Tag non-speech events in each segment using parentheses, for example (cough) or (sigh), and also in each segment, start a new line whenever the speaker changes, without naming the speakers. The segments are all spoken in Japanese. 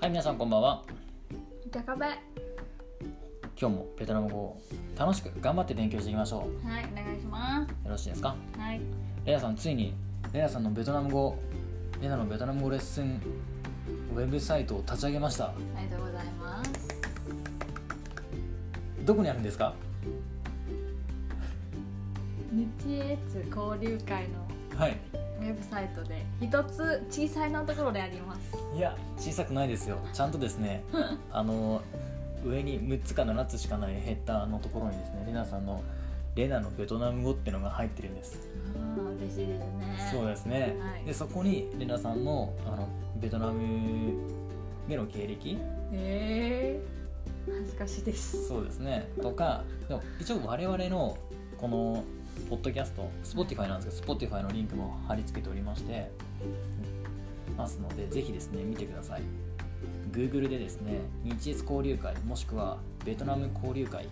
はい、皆さんこんばんは。
じゃかべはい
今日もベトナム語を楽しく頑張って勉強していきましょ
お願いしま
う。よろしいですか
すはい
レナさん、ついにレナさんのベトナム語、レナのベトナム語レッスンウェブサイトを立ち上げました。
ありがとうございます
どこにあるんですか
日越交流会の
はい。
ウェブサイトで一つ小さいのところであります
いや、小さくないですよ。ちゃんとですね、あの、上に6つか7つしかないヘッダーのところにですね、レナさんのレナのベトナム語っていうのが入ってるんです。
ああ嬉しいですね
そうですね、
はい
でそこにレナさんのあのベトナムでの経歴
ええ恥ずかしいです
そうですねとかでも一応我々のこのポッドキャスト Spotify なんですけど Spotify のリンクも貼り付けておりましてますのでぜひですね見てください Google でですね日越交流会もしくはベトナム交流会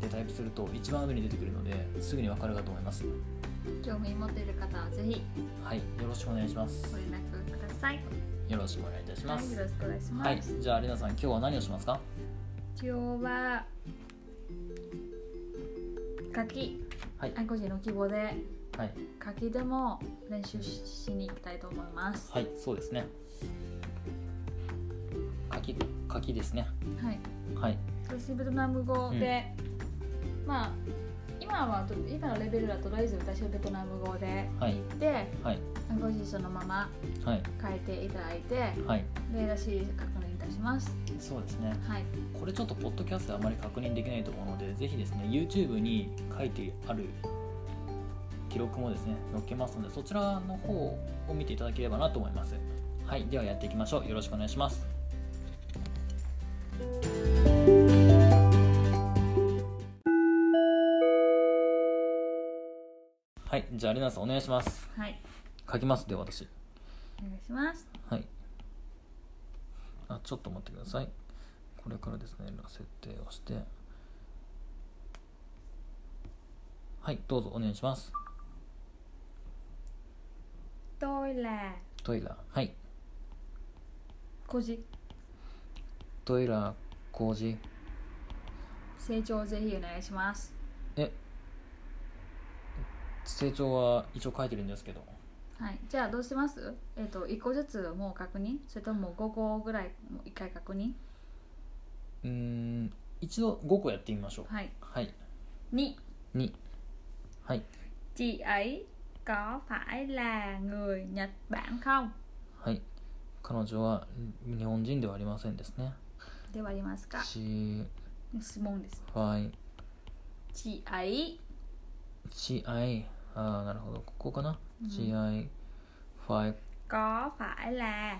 でタイプすると一番上に出てくるのですぐにわかるかと思います
興味持っている方はぜひ
はいよろしくお願いします
ご連絡ください
よろしくお願いいたしま
はい
す
よろしくお願いします、
はい、じゃあレナさん今日は何をしますか
今日は書き
はい
あ個人の希望で
はい、
書きでも練習ししに行きたいと思います
はい、そうですね柿柿ですね
はい
はい
私ベトナム語で、まあ今はと今のレベルだととりあえず私はベトナム語で
はい
行って
はい
暗号字そのまま
はい
書いていただいて
はい
で私確認いたします
そうですね
はい
これちょっとポッドキャストであまり確認できないと思うのでぜひですね YouTube に書いてある記録もですね載っけますのでそちらの方を見ていただければなと思いますはいではやっていきましょうよろしくお願いしますはいじゃあレナさんお願いします
はい
書きますで私
お願いします
はいあちょっと待ってくださいこれからですね設定をしてはいどうぞお願いします
トイレ
トイラはい
個人
トイラ工事
成長ぜひお願いします
え成長は一応書いてるんですけど
はい、じゃあどうしますえっ、と1個ずつもう確認それとも5個ぐらいもう1回確認
うーん一度5個やってみましょう
はい
はい
2
2はい
Chị ấy có phải là người Nhật Bản không?
はい彼女は日本人ではありませんですね
ではありますか
し
質問です。
ファイ
chị ấy
GI あーなるほどここかな、GI ファイ
có phải là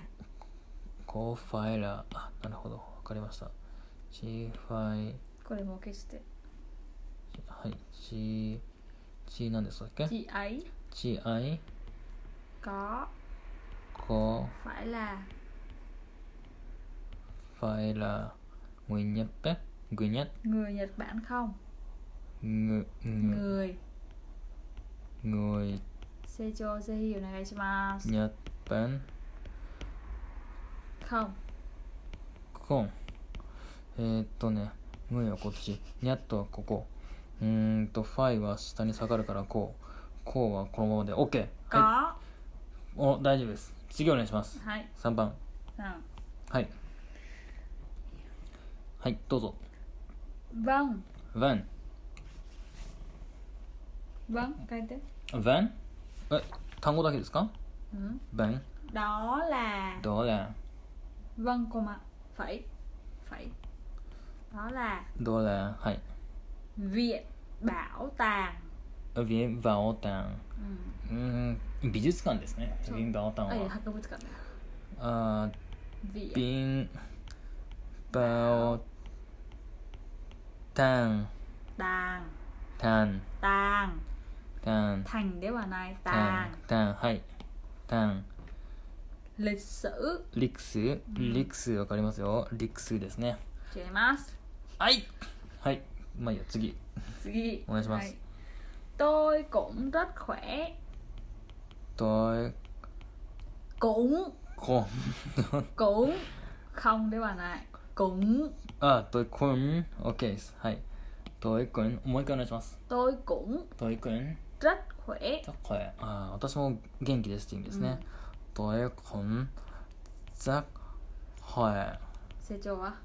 コーファイラーあなるほどわかりました G ファイ
これも消して
はい G G なんですっけ
chị ấy
GI
có
コー
phải là
ファイラーグニャッペグニャッ
người Nhật Bản không?
グ
Ừ.
グ
người
グイ
成長ぜひお願いします
ニャッペン
không
コンえー、っとねグイはこっちニャットはここうーんとファイは下に下がるからこうこうはこのままで OK はい
có
お大丈夫です次お願いします
はい
3番
うん
はいはいどうぞ
vâng
van
vâng 書いて
van え単語だけですか
うん
van
Ừ. đó là
どうだ
vâng comma phải phải đó là
どうだはい
viện bảo tàng
ビンバオタン
ừ.
うーん美術館ですね
そう
ビンバオタン
à,
は
博物館
あー
viện
ビンバオタン
tàng
タン
tàng
タン
thành để bà này
タ
tàng
ンタンはいタン
lịch sử
リクスリクスわかりますよリクスですね
違います
はいはいまあいいや次
次
お願いします
は tôi cũng rất khỏe
と
cũng
こ
cũng 顔ではない。ゴン、
あ、トイくん。OK です。はい。トイくん。もう一回お願いします。
tôi cũng
トイくん。
rất khỏe。
ザッカイ。あー、私も元気ですって意味ですね。トイくん。ザッカイ。
成長は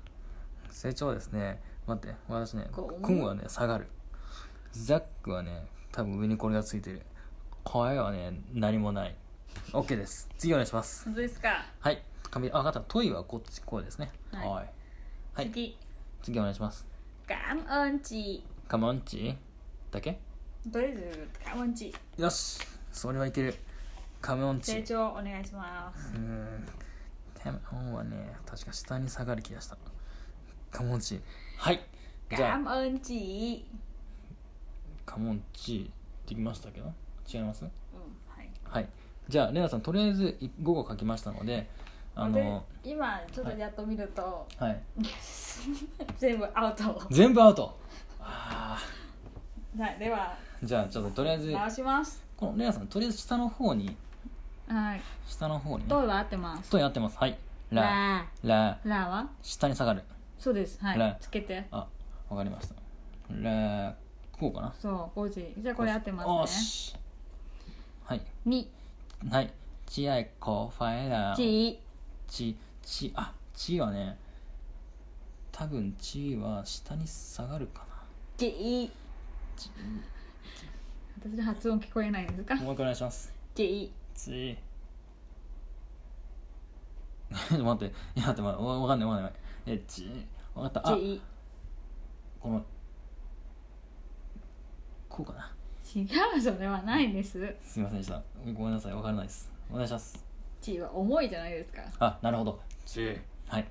成長ですね待って私ね
こう
くんはね下がるザックはね多分上にこれがついてる声はね何もない OK です次お願いします
本当ですか。
はい髪あ分かったトイはこっちこうですね
はい
はいはい
次、
次お願いします
cảm ơn chị。
カモンチだけ
とりあえず、感恩chị。
よしそれはいけるカモンチ
成
う
長お願いします。
ーんカモンはね確か下に下がる気がしたカモンチはいじゃあ
cảm ơn chị。
カモンチできましたけど違います
うん、はい。
はい、じゃあレナさんとりあえずい午後書きましたのであの、
で今ちょっとやっと見る (laughs) と、
はい、
全部アウト。
全部アウトあ
はい、では
ーじゃあちょっととりあえず
直します。
このレナさんとりあえず下の方に
はい。
下の方に
ど
ね
うは合ってます。
とやってますはいラ
ラ
ラ
ラは
下に下がる
そうです。は
ラ
い。つけて。
あわかりましたラこうかな
そう、5時。じゃあこれ合って
お
ま
ー
すね。
しはい
に、
はいチアイコファエラ
ち、
チチあチはね多分チは下に下がるかな
ち。私の発音聞こえないんですか
もう一回お願いします
ち。
ち (laughs) 待っていや待ってまだわわかんないわかんないえちわかったあ
ち。
このこうかな
違う、それはないんです。
すいませんでしたごめんなさいわからないですお願いします
ちは重いじゃないですか。
あなるほどちはい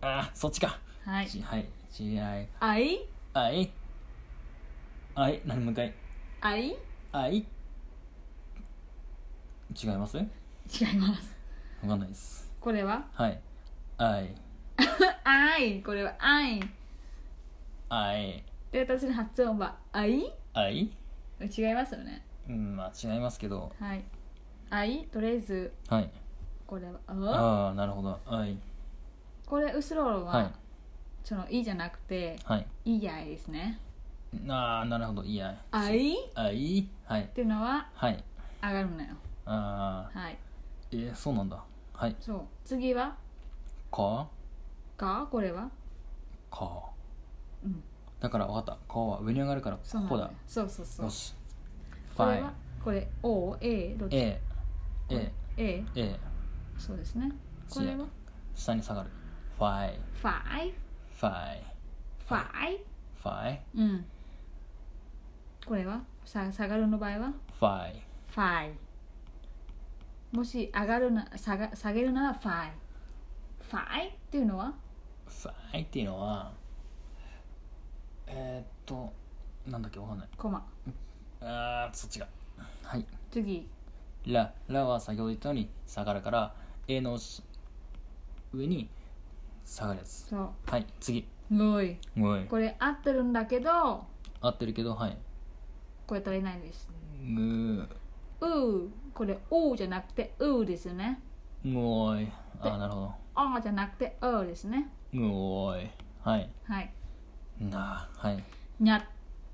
あそっちか
はい。
ちはいちあい
あい、
あいあい何もう一回
あい、違い
あい違いますわ
ます。
かんないです
これは
はいあい
あい、これはあい。
あい
で、私の発音はあい
あい
違いますよね。
うん、まあ違いますけど、
はい。あい、とりあえず、
はい。
これは、あ
ああ、なるほど。はい。
これ、後ろは、
はい
その、いじゃなくて、
はい。
いやいですね。
ああ、なるほど。いや。
あいっ
あいはい。
ていうのは、
はい。
上がるのよ。
ああ、
はい。
えー、そうなんだ。はい。
そう。次は、
か、
かこれは
か。
うん。
だから分かった。かは上に上がるから、こ
そうな
こ
の
だ
よ。そうそうそう
よ。し。フ
こ
ァ
れ
イ
は、これ、O、A、どっち
A、A、
A、
A、
そうですね。これは、
下に下がる。ファイ、
ファイ、
ファイ、
ファイ。
ファイ、
うん。これはさ下がるの場合は
ファイ、
ファイ。もし上がるな下が下げるならファイ。ファイっていうのは
ファイっていうのは、えー、っと、なんだっけ、わかんない。
コマ。
あーそっちがはい
次、
ララは先ほど言ったように下がるから A のし上に下がるやつ
そ
はい次
う。ロイ。
おい
これ合ってるんだけど、
合ってるけどはい
これ足りないんです。
む
うー。これ、うじゃなくて、うーですよね。
むおいあーなるほど
あーじゃなくて、うーですね。
むおいはい
はい。
なあはい
にゃっ。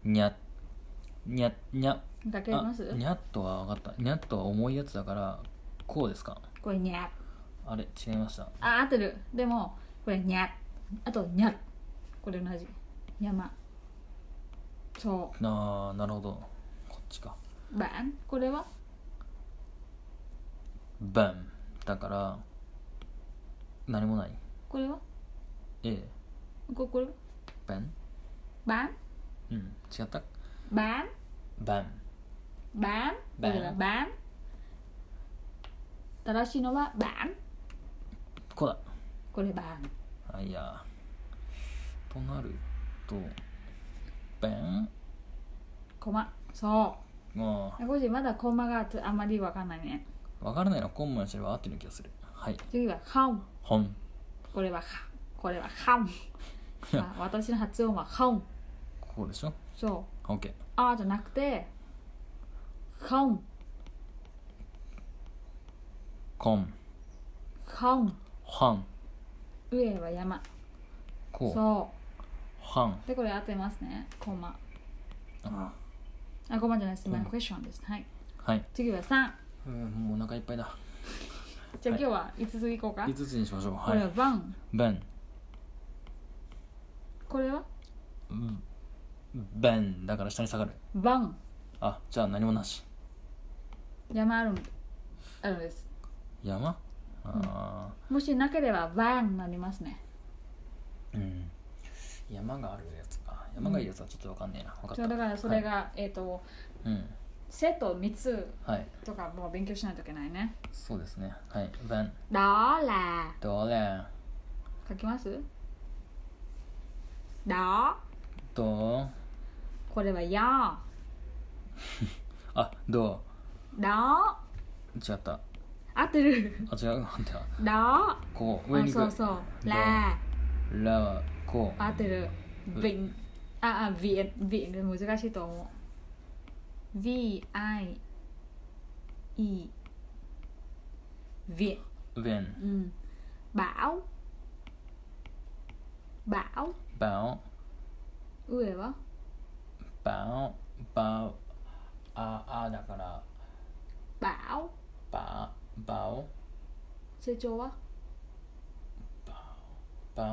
にゃにゃにゃ
だけ
あ
ます
にゃっとは分かったにゃっとは重いやつだからこうですか
これ、にゃっ。
あれ違いました
あ、合ってる。でも、これ、にゃっ。あと、にゃっ。これ同じ。山。そ
なあなるほどこっちか
う。ばん。これは
バンだから何もない
これは
A
ここれは
バン
ばん
うん違った
ばん
バン
ばん
ばん
だからばん。正しいのはばん。
こうだ
こればん。
あいやとなるとバン
コマ。そ
ま
う。こじまだコマがあんまりわかんないね。
あ分からないのはコンマにすれば合ってる気がするはい
次はハン。
ホン
これはハン。これはハ (laughs) ン。あ私の発音はハン。
こうでしょ
そう。
OK
あじゃなくて、ハン。
コン
ハン。
はん
上は山
こ
そう
はん
うでこれ合ってますねコマ
あ
あコマじゃないです
コマ
マイクエスチョンですはい
はい
次は3
うんもうお腹いっぱいだ
じゃあ今
はい
日は5ついこうか、
5つにしましょう
こ
は
れはい1
ベン
これは
うんベンだから下に下がる
1
あじゃあ何もなし
山あるんあるんです
山あ
もしなければ1になりますね
ーうん山があるやつか山がいいやつはちょっとわかんねえな分かっ
そうだ
た
からそれが、えっ、と
うん
セット3つ
はい
とかもう勉強しないといけないね
そうですねはいベン
だーら
ドレン
書きますだ
ド
これはや
あド
だ
違った
合ってる
あ違うなんだ
だ
こう上に行
あ
く
そうそう
ど
ら
ラはこう
合ってる
うん
V ああ V V 難しいと思う V I E V
ベン
うんbảo bảo
バオ
上は
バオバオああだから
bảo
ババオ
成長は
バ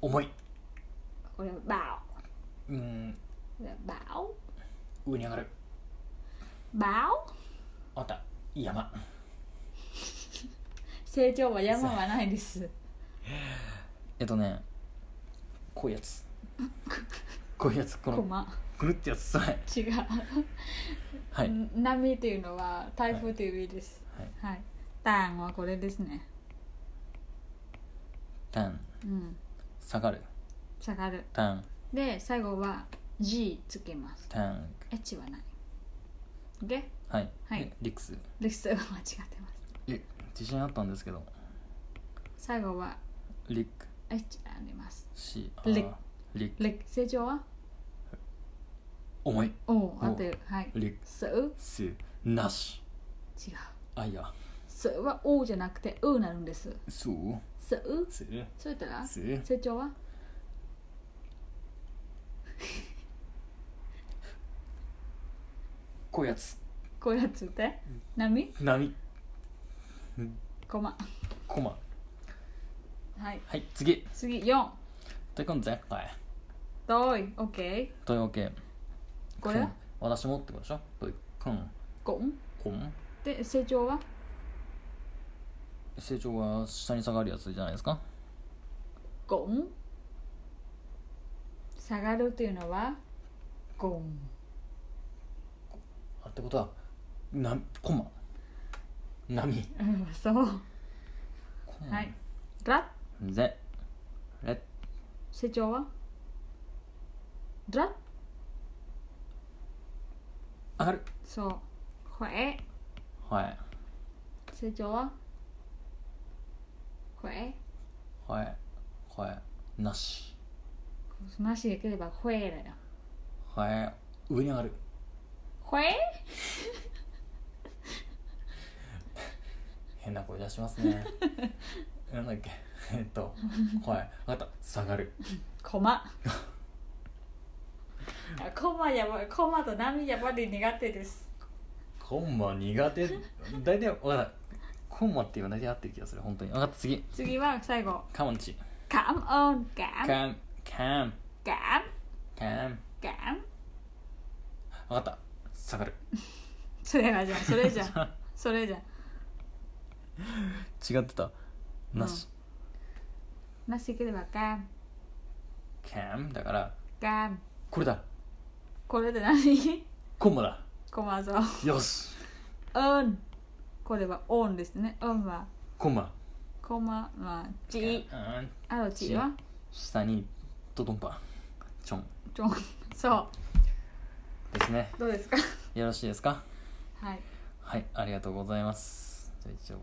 オ重い
これはbảo
うん
これはbảo
上に上がる
bảo
あった山
成長は山はないです
えっとねこういうやつこういうやつこの
駒
くるってやつはい
違う、
はい
ん波というのは台風という意味です
はい
はい、タンはこれですね
タン
うん
下がる
下がる
タン
で最後は G つけます
タン
H はない OK?
はい、
はい
えリックス
ルスは間違ってます
え自信あったんですけど
最後は
リック
H あります
シ
リック
リック
レ成長は
重い
おお合ってるはい
リック
ス違う
スなしあいや
スは O じゃなくて U になるんです
そう
ス
す
そういったら
す
成長は
こういうやつ
こうやつって波
波
コマ
コマ
はい
はい次
次4
ということで今回
どい OK
というわけ
これ
くん私もってことでしょというくん
ゴン
こん
で成長は
成長は下に下がるやつじゃないですか
ゴン下がるというのはゴ (laughs) ン
あってことはなコマ波
うんそう
コマ
はいラ
ぜレッ
成長はラ
上がる
そうほえ
はい
成長はほえ
はいはいなし
なしでければほえだよ
はい上に上がる
ほえ
変な声出します
(laughs)
ねなんだっけえっとはい分かった下がる
コマコマやばいコマと波やばり苦手です
コンマ苦手大体分かったコンマっていうのは大体合ってる気がする本当に分かった次
次は最後
カモンチ
感恩感
カンカン
感
カン
感
分かった下がる
それはじゃんそれ
(laughs)
じゃんそれじゃん
違ってたなし、
なしでければ感
カンだから
感
これだ
これで何
コンマだ
コマそう
よし
オンこれはオンですねオンは
コンマ
コマはチ
うん
あとチは
下にドドンパチョン
チョンそ
ですね
うどうですか
よろしいですか
はい
はい、ありがとうございます。じゃあ一応、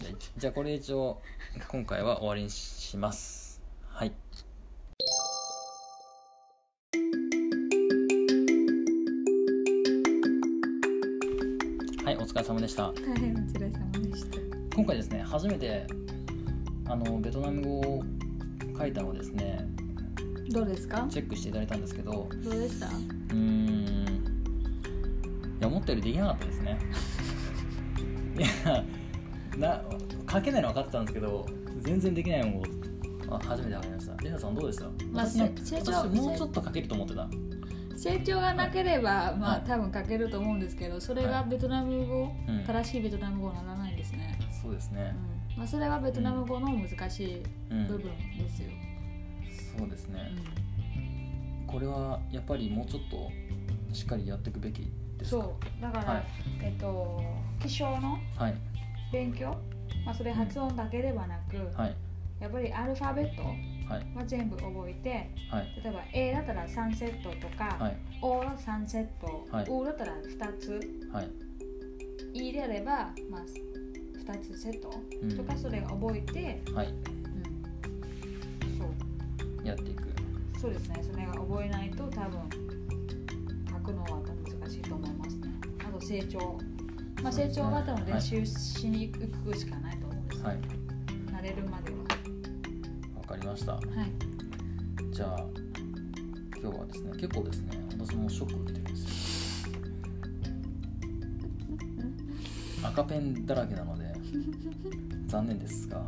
じゃあ一じゃあこれ一応、今回は終わりにします。はい。はい、はい、お疲れ様でした。
大変お疲れ様でした。
今回ですね、初めてあのベトナム語を書いたのをですね、
どうですか？
チェックしていただいたんですけど、
どうでした？
うーん、いや、思ったよりできなかったですね。 (laughs) いや、な書けないのは分かってたんですけど、全然できないのをあ初めて分かりました。レナさん、どうでした
まあ
私ね
成長
私もうちょっと書けると思ってた。
成長がなければ、まあ
はい
多分書けると思うんですけど、それがベトナム語、
うん
正しいベトナム語にならないですね。
そうです
う
ね。
ん。まあそれはベトナム語の難しいう部
ん、
分ですよ。
そうですね。
う
これはやっぱりもうちょっとしっかりやっていくべきで
ん。
すか
そう。だから、
はい
えっと気象の
はい
勉強、まあそれ発音だけではなく、
はい
やっぱりアルファベット
はい
は全部覚えて、
はい
例えば A だったら3セットとか、
はい
O は3セット、
はい
U だったら2つ、
はい
E であれば、まあ、2つセット
うん
とかそれが覚えて、
はい
そう
やっていく
そうですねそれが覚えないと多分書くのは難しいと思いますねあと成長、まあ、
そうですね
成長は多
は
分練
い
習しに行くしかないと思うんです、
はい
慣れるまで
わかりました
ははい
じゃあ今日はですね結構ですね私もショックを受けてるんですよ赤ペンだらけなので残念ですが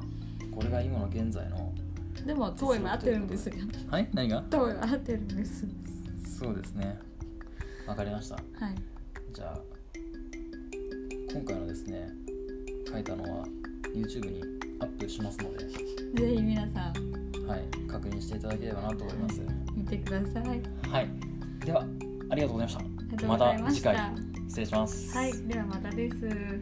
これが今の現在の
でも
遠いは合ってるんです
(laughs) よ
はい何が
遠いは合ってるんです
そうですねわかりました
はい
じゃあ今回のですね書いたのは YouTube にアップしますので、
ぜひ皆さん
はい、確認していただければなと思います。
見てください
はい、ではありがとうございま
あり
し
がと
た。
うございま
次
した
回失礼します。 (laughs)
はい、ではまたです。